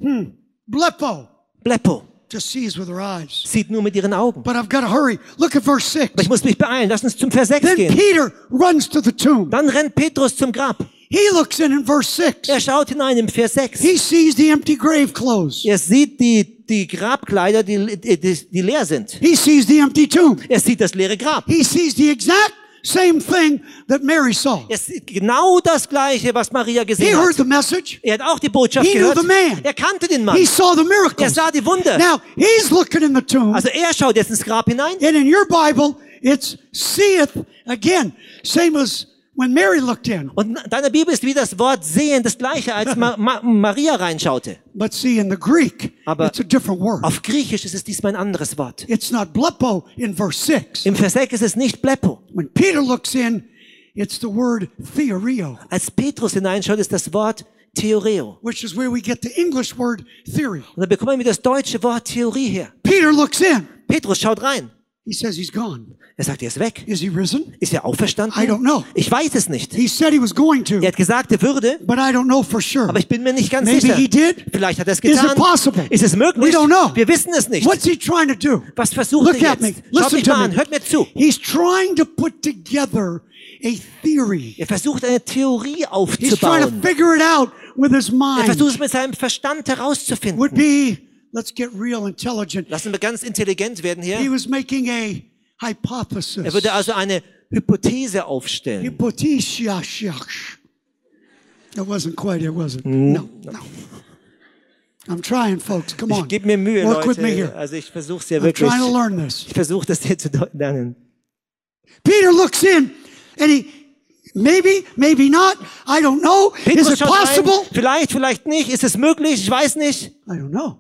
C: Blepo
D: Bleppo
C: just sees with her eyes.
D: sieht nur mit ihren Augen.
C: But I've got to hurry. Look at verse 6.
D: Aber ich muss mich beeilen. Lass uns zum Vers 6
C: Then
D: gehen.
C: Peter runs to the tomb.
D: Dann rennt Petrus zum Grab.
C: He looks in in verse 6.
D: Er schaut hinein im Vers 6.
C: He sees the empty grave clothes.
D: Er sieht die, die Grabkleider, die, die, die leer sind.
C: He sees the empty tomb.
D: Er sieht das leere Grab.
C: He sees the exact same thing that Mary saw.
D: Er sieht genau das Gleiche, was Maria
C: He
D: gesehen
C: heard
D: hat.
C: the message.
D: Er hat auch die Botschaft
C: He knew
D: gehört.
C: the man.
D: Er kannte den Mann.
C: He saw the
D: Er
C: miracles.
D: sah die Wunder.
C: Now he's looking in the tomb,
D: Also er schaut jetzt ins Grab hinein.
C: and in your Bible, it's seeth again, same as when Mary looked in,
D: Und in deiner Bibel ist wie das Wort sehen das Gleiche, als Ma Ma Maria reinschaute.
C: but see in the Greek,
D: Aber-
C: it's a different word.
D: Auf Griechisch ist es diesmal ein anderes Wort.
C: It's not blepo in verse six.
D: Im Vers 6 ist es nicht Bleppo.
C: When Peter looks in, it's the word theoreo,
D: Als Petrus hineinschaut, ist das Wort Theoreo.
C: which is where we get the English word theory.
D: Und dann bekommen wir das deutsche Wort Theorie her.
C: Peter looks in.
D: Petrus schaut rein.
C: He says he's gone.
D: Er sagt, er ist weg.
C: Is he risen?
D: Ist er auferstanden?
C: I don't know.
D: Ich weiß es nicht.
C: He said he was going
D: Er
C: to,
D: hat gesagt, er würde,
C: but I don't know for sure.
D: aber ich bin mir nicht ganz
C: Maybe
D: sicher.
C: he did.
D: Vielleicht hat er es
C: Is
D: getan.
C: it possible?
D: Ist es möglich?
C: We don't know.
D: Wir wissen es nicht.
C: What's he trying to do?
D: Was versucht
C: Look
D: er
C: at me.
D: jetzt? Schaut
C: Listen
D: mich
C: to
D: mal an.
C: me.
D: Hört mir zu.
C: He's trying to put together a theory.
D: Er versucht, eine Theorie
C: He's trying to
D: aufzubauen.
C: figure it out with his
D: Er
C: mind.
D: versucht, es mit seinem Verstand herauszufinden.
C: Would be, let's get real intelligent.
D: Lassen wir ganz intelligent werden
C: He
D: hier.
C: was making a
D: Er
C: hypothesis.
D: würde also eine Hypothese aufstellen.
C: Hypothesis. That wasn't quite, it wasn't. No, no. I'm trying, folks. Come on.
D: Ich gebe mir Mühe,
C: Work with me
D: Leute.
C: here.
D: Also ich versuche es ja
C: I'm
D: wirklich.
C: trying to learn this.
D: Ich versuche das hier zu deut- lernen.
C: Peter looks in and he, maybe, maybe not. I don't know. Is
D: Petrus
C: it
D: schaut rein.
C: possible?
D: Vielleicht, vielleicht nicht. Ist es möglich? Ich weiß nicht.
C: I don't know.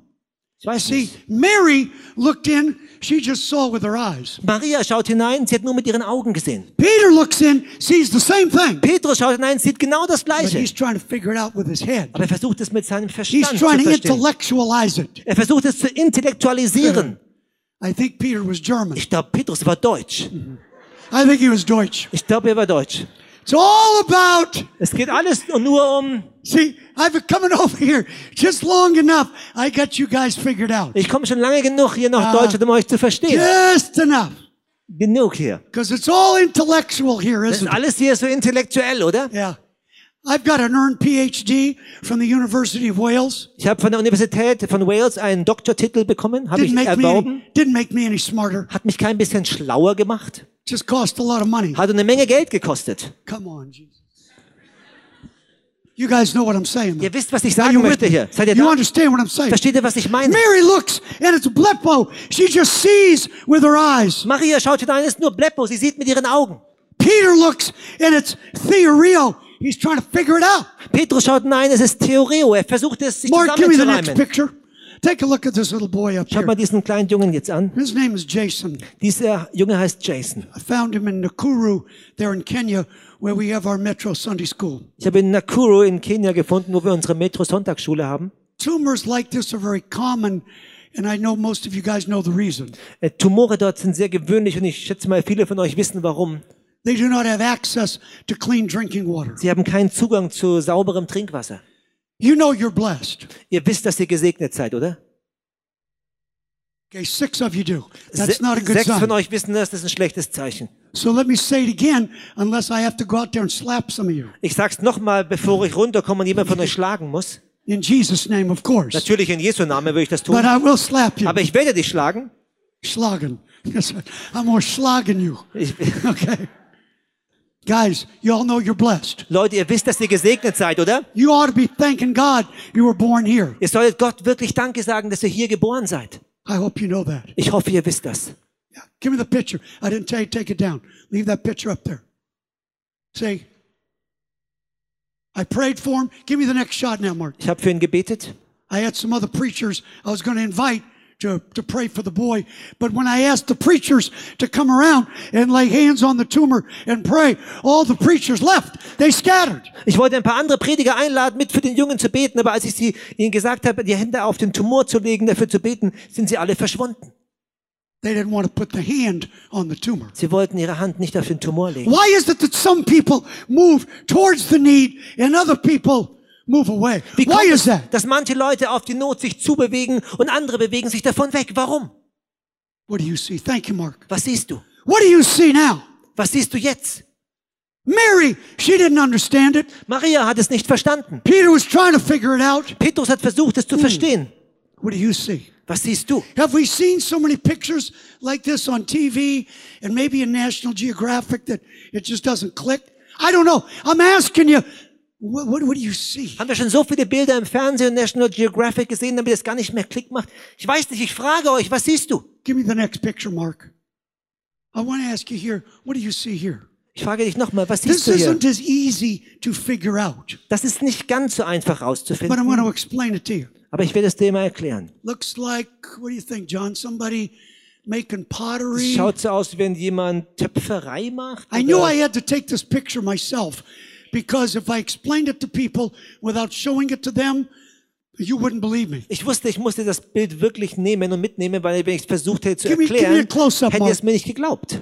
D: Ich weiß
C: See,
D: nicht.
C: Mary looked in. She just saw with her eyes.
D: Maria schaut hinein. Sie hat nur mit ihren Augen gesehen.
C: Peter looks in, sees the same thing,
D: Petrus schaut hinein, sieht genau das
C: but
D: Gleiche.
C: he's trying to figure it out with his head.
D: Aber er versucht es mit seinem Verstand
C: He's
D: zu
C: trying to
D: verstehen.
C: intellectualize it.
D: Er versucht es
C: *clears throat*
D: zu intellektualisieren.
C: I think Peter was German.
D: Ich glaube, Petrus war deutsch.
C: I think he was Deutsch.
D: Ich glaube, er war deutsch.
C: It's all about,
D: Es geht alles nur um,
C: see, I've been coming *laughs* over here just long enough. I got you guys figured out.
D: *laughs* ich komme schon lange genug hier
C: Ah.
D: nach Deutschland, um euch zu verstehen.
C: Just enough.
D: Genug hier.
C: Because it's all intellectual here,
D: Das
C: isn't
D: ist
C: it?
D: alles hier so intellektuell, oder?
C: Yeah. I've got an earned PhD from the University of Wales.
D: Ich habe von der Universität von Wales einen Doktortitel bekommen, habe
C: Didn't
D: ich
C: make, me
D: erworben.
C: any, didn't make me any smarter.
D: Hat mich kein bisschen schlauer gemacht.
C: Just cost a lot of money.
D: Hat eine Menge Geld gekostet.
C: Come on, Jesus. You guys know what I'm saying. though.
D: Ihr wisst, was ich
C: Are
D: sagen
C: you with
D: möchte
C: me?
D: hier. Seid ihr
C: You
D: da?
C: understand what I'm saying?
D: Versteht ihr, was ich meine?
C: Mary looks and it's Bleppo. She just sees with her eyes.
D: Maria schaut hinein, ist nur Bleppo. Sie sieht mit ihren Augen.
C: Peter looks and it's Theoreo. He's trying to figure it out.
D: Petrus schaut hinein, es ist Theoreo. Er versucht es, sich
C: Mark, give me the next
D: zusammenzureimen.
C: picture. Take a look at this little boy up
D: Schaut
C: here.
D: mal diesen kleinen Jungen jetzt an.
C: His name is Jason.
D: Dieser Junge heißt Jason.
C: I found him in Nakuru there in Kenya where we have our Metro Sunday School.
D: Ich habe ihn in Nakuru in Kenia gefunden, wo wir unsere Metro-Sonntagsschule haben.
C: Tumors like this are very common and I know most of you guys know the reason.
D: Äh, Tumore dort sind sehr gewöhnlich und ich schätze mal, viele von euch wissen warum.
C: They do not have access to clean drinking water.
D: Sie haben keinen Zugang zu sauberem Trinkwasser.
C: You know you're blessed.
D: Ihr wisst, dass ihr gesegnet seid, oder?
C: Okay, six of you do.
D: Se-
C: That's not a good
D: Sechs von
C: sign.
D: euch wissen das, das ist ein schlechtes Zeichen.
C: So let me say it again, unless I have to go out there and slap some of you.
D: Ich sag's nochmal, bevor ich runterkomme und jemand von euch schlagen muss.
C: In Jesus' name, of course.
D: Natürlich in Jesu Namen würde ich das
C: But
D: tun.
C: I will slap you.
D: Aber ich werde dich schlagen.
C: Schlagen. Yes, sir. I'm more schlagen you.
D: Ich,
C: Okay. Guys, you all know you're blessed.
D: Leute, ihr wisst, dass ihr gesegnet seid, oder?
C: You ought to be thanking God you were born here.
D: Ihr solltet Gott wirklich Danke sagen, dass ihr hier geboren seid.
C: I hope you know that.
D: Ich hoffe, ihr wisst das.
C: Yeah. Give me the picture. I didn't tell you to take it down. Leave that picture up there. See? I prayed for him. Give me the next shot now, Mark.
D: Ich habe für ihn gebetet.
C: I had some other preachers I was going to invite to, to pray for the boy. But when I asked the preachers to come around and lay hands on the tumor and pray, all the preachers left. They scattered.
D: Ich wollte ein paar andere Prediger einladen, mit für den Jungen zu beten, aber als ich sie, ihnen gesagt habe, die Hände auf den Tumor zu legen, dafür zu beten, sind sie alle verschwunden.
C: They didn't want to put the hand on the tumor.
D: Sie wollten ihre Hand nicht auf den Tumor legen.
C: Why is it that some people move towards the need and other people move away?
D: Wie
C: Why
D: kommt
C: is
D: es,
C: that?
D: dass manche Leute auf die Not sich zubewegen und andere bewegen sich davon weg? Warum?
C: What do you see? Thank you, Mark.
D: Was siehst du?
C: What do you see now?
D: Was siehst du jetzt?
C: Mary, she didn't understand it.
D: Maria hat es nicht verstanden.
C: Peter was trying to figure it out.
D: Petrus hat versucht, es zu verstehen.
C: What do you see?
D: Was siehst du?
C: Have we seen so many pictures like this on TV and maybe in National Geographic that it just doesn't click? I don't know. I'm asking you, what, what, what do you see?
D: Haben wir schon so viele Bilder im Fernsehen und National Geographic gesehen, damit es gar nicht mehr Klick macht? Ich weiß nicht, ich frage euch, was siehst du?
C: Give me the next picture, Mark. I want to ask you here, what do you see here?
D: Ich frage dich nochmal, was
C: This
D: siehst du hier?
C: isn't as easy to figure out,
D: Das ist nicht ganz so einfach
C: but I'm going
D: rauszufinden,
C: to explain it to you.
D: aber ich werde es dir mal erklären.
C: Looks like, what do you think, John? Somebody making
D: Es
C: pottery?
D: schaut so aus, wie wenn jemand Töpferei macht.
C: Hm. I knew
D: oder-
C: I had to take this picture myself because if I explained it to people without showing it to them, you wouldn't believe me.
D: Ich wusste, ich musste das Bild wirklich nehmen und mitnehmen, weil wenn ich es versucht hätte zu
C: Give me- give me a
D: erklären,
C: close-up,
D: hätte ihr
C: Mark.
D: es mir nicht geglaubt.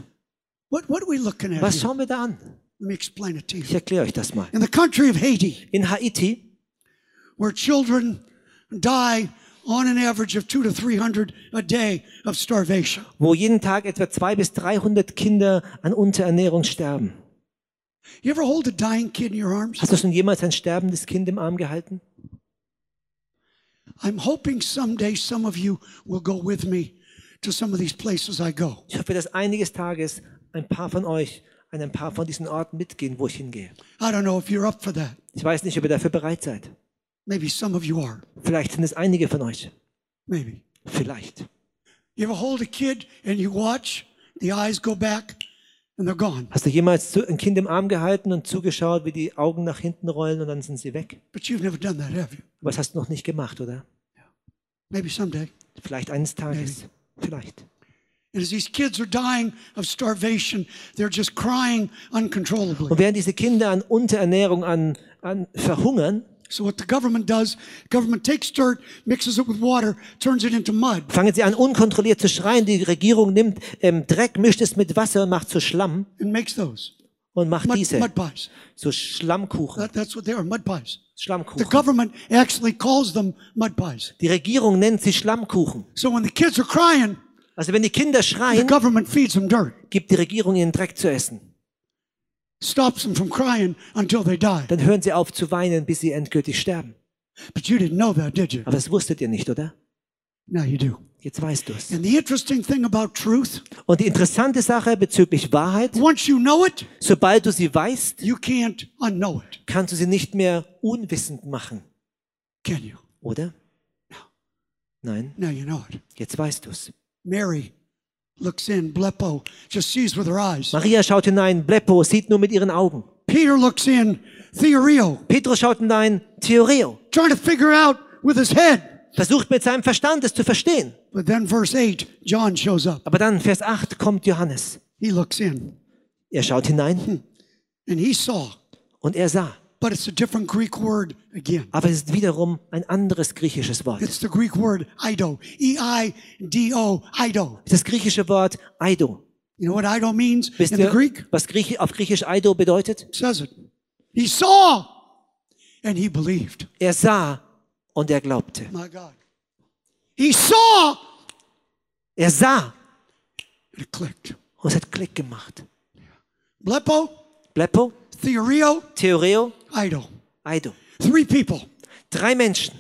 C: What, what are we looking at?
D: Was
C: Here?
D: schauen wir da an?
C: Let me explain it to
D: Ich
C: you.
D: erkläre euch das mal.
C: In the country of Haiti,
D: In Haiti
C: where children die on an average of two to 300 a day of starvation,
D: wo jeden Tag etwa 200 bis 300 Kinder an Unterernährung sterben.
C: you ever hold a dying kid in your arms?
D: Hast du schon jemals ein sterbendes Kind im Arm gehalten?
C: I'm hoping someday some of you will go with me to some of these places I go.
D: Ich hoffe, dass eines Tages ein paar von euch an ein paar von diesen Orten mitgehen, wo ich hingehe.
C: I don't know if you're up for that.
D: Ich weiß nicht, ob ihr dafür bereit seid.
C: Maybe some of you are.
D: Vielleicht sind es einige von euch.
C: Maybe.
D: Vielleicht.
C: You ever hold a kid and you watch, the eyes go back and they're gone.
D: Hast du jemals zu- ein Kind im Arm gehalten und zugeschaut, wie die Augen nach hinten rollen und dann sind sie weg?
C: But you've never done that, have you?
D: Aber das hast du noch nicht gemacht, oder?
C: Maybe someday.
D: Vielleicht eines Tages. Vielleicht.
C: And as these kids are dying of starvation, they're just crying uncontrollably.
D: Und während diese Kinder an Unterernährung, an, an Verhungern,
C: So what the government does, government takes dirt, mixes it with water, turns it into mud.
D: fangen sie an, unkontrolliert zu schreien. Die Regierung nimmt ähm, Dreck, mischt es mit Wasser und macht zu Schlamm
C: and makes those.
D: und macht
C: mud,
D: diese.
C: mud pies.
D: So Schlammkuchen.
C: That, that's what they are, mud pies. The
D: Schlammkuchen.
C: government actually calls them mud pies.
D: Die Regierung nennt sie Schlammkuchen.
C: So when the kids are crying,
D: Also wenn die Kinder
C: the
D: schreien,
C: government feeds them dirt,
D: gibt die Regierung ihnen Dreck zu essen.
C: stops them from crying until they die.
D: Dann hören sie auf zu weinen, bis sie endgültig sterben.
C: But you didn't know that, did you?
D: Aber das wusstet ihr nicht, oder?
C: Now you do.
D: Jetzt weißt du es.
C: And the interesting thing about truth,
D: Und die interessante Sache bezüglich Wahrheit,
C: once you know it,
D: sobald du sie weißt,
C: you can't unknow it,
D: kannst du sie nicht mehr unwissend machen,
C: can you?
D: oder? Nein,
C: Now you know it.
D: jetzt weißt du es.
C: Mary looks in, blepo, just sees with her eyes.
D: Maria schaut hinein, Bleppo sieht nur mit ihren Augen.
C: Peter looks in, theoreo,
D: Petrus schaut hinein, Theoreo,
C: trying to figure out with his head.
D: versucht mit seinem Verstand es zu verstehen.
C: But then verse 8, John shows up.
D: Aber dann, Vers 8, kommt Johannes.
C: He looks in
D: Er schaut hinein
C: and he saw,
D: und er sah.
C: but it's a different Greek word again.
D: Aber es ist wiederum ein anderes griechisches Wort.
C: It's the Greek word Ido, E I D O, Ido.
D: Das griechische Wort Aido.
C: You know what Ido means
D: Wisst
C: in the
D: ihr,
C: Greek?
D: was Griechi auf Griechisch Aido bedeutet?
C: It says it. He saw and he believed.
D: Er sah und er glaubte.
C: My God. He saw
D: Er sah
C: and it clicked.
D: und es hat Klick gemacht.
C: Blepo,
D: Bleppo,
C: Theoreo,
D: Theoreo,
C: Ido.
D: Aido.
C: Three people.
D: Drei Menschen.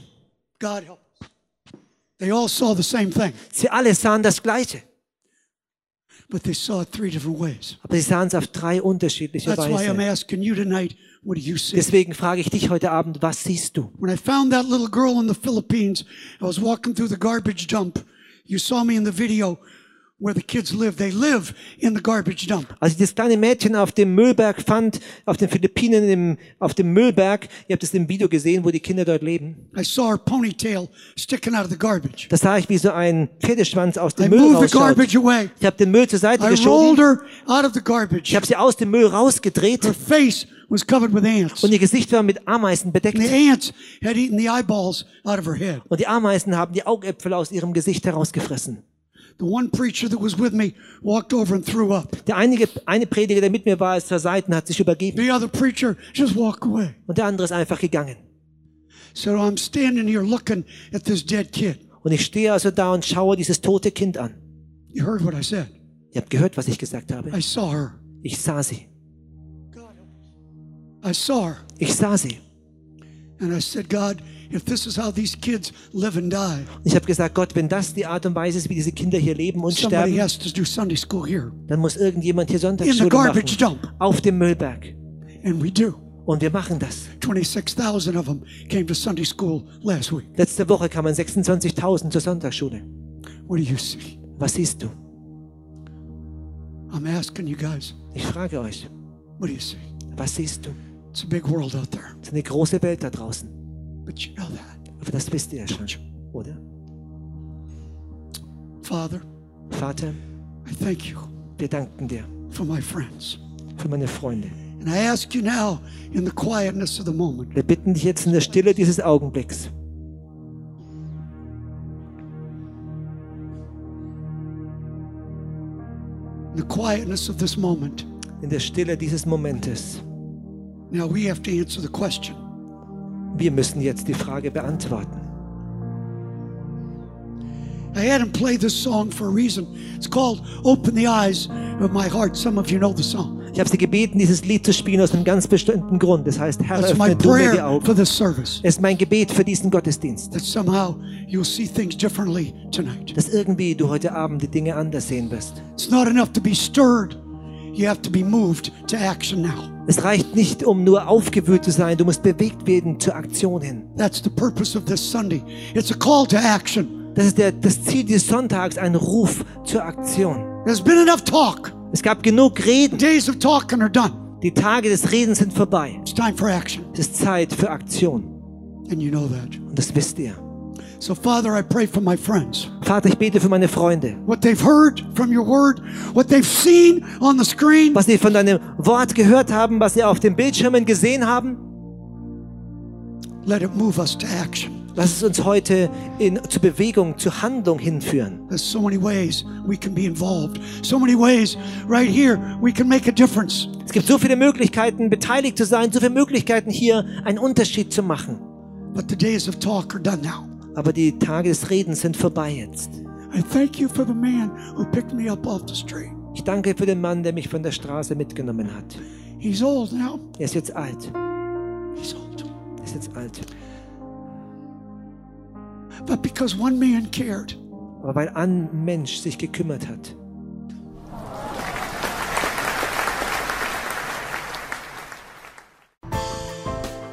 C: God help. us. They all saw the same thing,
D: Sie alle sahen das Gleiche.
C: but they saw it three different ways.
D: Aber sie sahen es auf drei unterschiedliche
C: That's why I'm
D: Weise.
C: asking you tonight, what do you see?
D: Deswegen frage ich dich heute Abend, was siehst du?
C: When I found that little girl in the Philippines, I was walking through the garbage dump. You saw me in the video where the kids live. They live in the garbage dump.
D: Als ich das kleine Mädchen auf dem Müllberg fand, auf den Philippinen, im, auf dem Müllberg, ihr habt es im Video gesehen, wo die Kinder dort leben,
C: I saw her ponytail sticking out of the garbage.
D: da sah ich, wie so ein Pferdeschwanz aus
C: I
D: dem Müll
C: moved the garbage
D: rausschaut.
C: away.
D: Ich habe den Müll zur Seite
C: I rolled
D: geschoben,
C: her out of the garbage.
D: ich habe sie aus dem Müll
C: Her
D: rausgedreht
C: face was covered with ants.
D: und
C: And
D: ihr Gesicht war mit Ameisen
C: the
D: bedeckt.
C: ants had eaten the eyeballs out of her head.
D: Und die Ameisen haben die Augäpfel aus ihrem Gesicht herausgefressen.
C: The one preacher that was with me walked over and threw up.
D: Der einige, eine Prediger, der mit mir war, ist zur Seite und hat sich übergeben.
C: The other preacher just walked away.
D: Und der andere ist einfach gegangen.
C: So I'm standing here looking at this dead kid.
D: Und ich stehe also da und schaue dieses tote Kind an.
C: You heard what I said.
D: Ihr habt gehört, was ich gesagt habe.
C: I saw her.
D: Ich sah sie.
C: I saw her.
D: Ich sah sie.
C: And I said, God, if this is how these kids live and die,
D: Und ich habe gesagt, Gott, wenn das die Art und Weise ist, wie diese Kinder hier leben und
C: somebody
D: sterben,
C: has to do Sunday school here.
D: dann muss irgendjemand hier
C: In the
D: Sonntagsschule
C: garbage
D: machen.
C: dump.
D: Auf dem Müllberg.
C: And we do.
D: Und wir machen das.
C: 26,000 of them came to Sunday school last week.
D: Letzte Woche kamen 26.000 zur Sonntagsschule.
C: What do you see?
D: Was siehst du?
C: I'm asking you guys,
D: Ich frage euch,
C: what do you see?
D: was siehst du?
C: It's a big world out there.
D: Es ist eine große Welt da draußen.
C: But you know that.
D: Aber das wisst ihr ja schon, oder?
C: Father,
D: Vater,
C: I thank you
D: wir danken dir
C: for my friends.
D: für meine Freunde.
C: And I ask you now, in the quietness of the moment,
D: Wir bitten dich jetzt in der Stille dieses Augenblicks.
C: in the quietness of this moment,
D: in der Stille dieses Momentes.
C: now we have to answer the question
D: Wir müssen jetzt die Frage beantworten.
C: I had him play this song for a reason. It's called Open the Eyes of My Heart. Some of you know the song.
D: Ich habe sie gebeten, dieses Lied zu spielen aus einem ganz bestimmten Grund. Das heißt, Herr,
C: That's my
D: öffne du mir die
C: prayer for
D: Augen.
C: this service.
D: Es ist mein Gebet für diesen Gottesdienst,
C: That somehow you'll see things differently tonight.
D: dass irgendwie du heute Abend die Dinge anders sehen wirst.
C: It's not enough to be stirred, you have to be moved to action now.
D: Es reicht nicht, um nur aufgewühlt zu sein. Du musst bewegt werden zur Aktion hin.
C: That's the purpose of this Sunday. It's a call to action.
D: Das ist der, das Ziel dieses Sonntags, ein Ruf zur Aktion.
C: There's been enough talk.
D: Es gab genug Reden.
C: Days of talking are done.
D: Die Tage des Redens sind vorbei.
C: It's time for action.
D: Es ist Zeit für Aktion.
C: And you know that.
D: Und das wisst ihr.
C: So, Father, I pray for my friends.
D: Vater, ich bete für meine Freunde.
C: What they've heard from your word, what they've seen on the screen,
D: was sie von deinem Wort gehört haben, was sie auf den Bildschirmen gesehen haben,
C: let it move us to action.
D: lass es uns heute in, zur Bewegung, zur Handlung hinführen.
C: There's so many ways we can be involved. So many ways right here we can make a difference.
D: Es Es gibt so viele Möglichkeiten, beteiligt zu sein, so viele Möglichkeiten hier einen Unterschied zu machen.
C: But the days of talk are done now.
D: Aber die Tage des Redens sind vorbei jetzt.
C: I thank you for the man who picked me up off the street.
D: Ich danke für den Mann, der mich von der Straße mitgenommen hat.
C: He's old now.
D: Er ist jetzt alt.
C: He's old.
D: Er ist jetzt alt.
C: But because one man cared,
D: Aber weil ein Mensch sich gekümmert hat,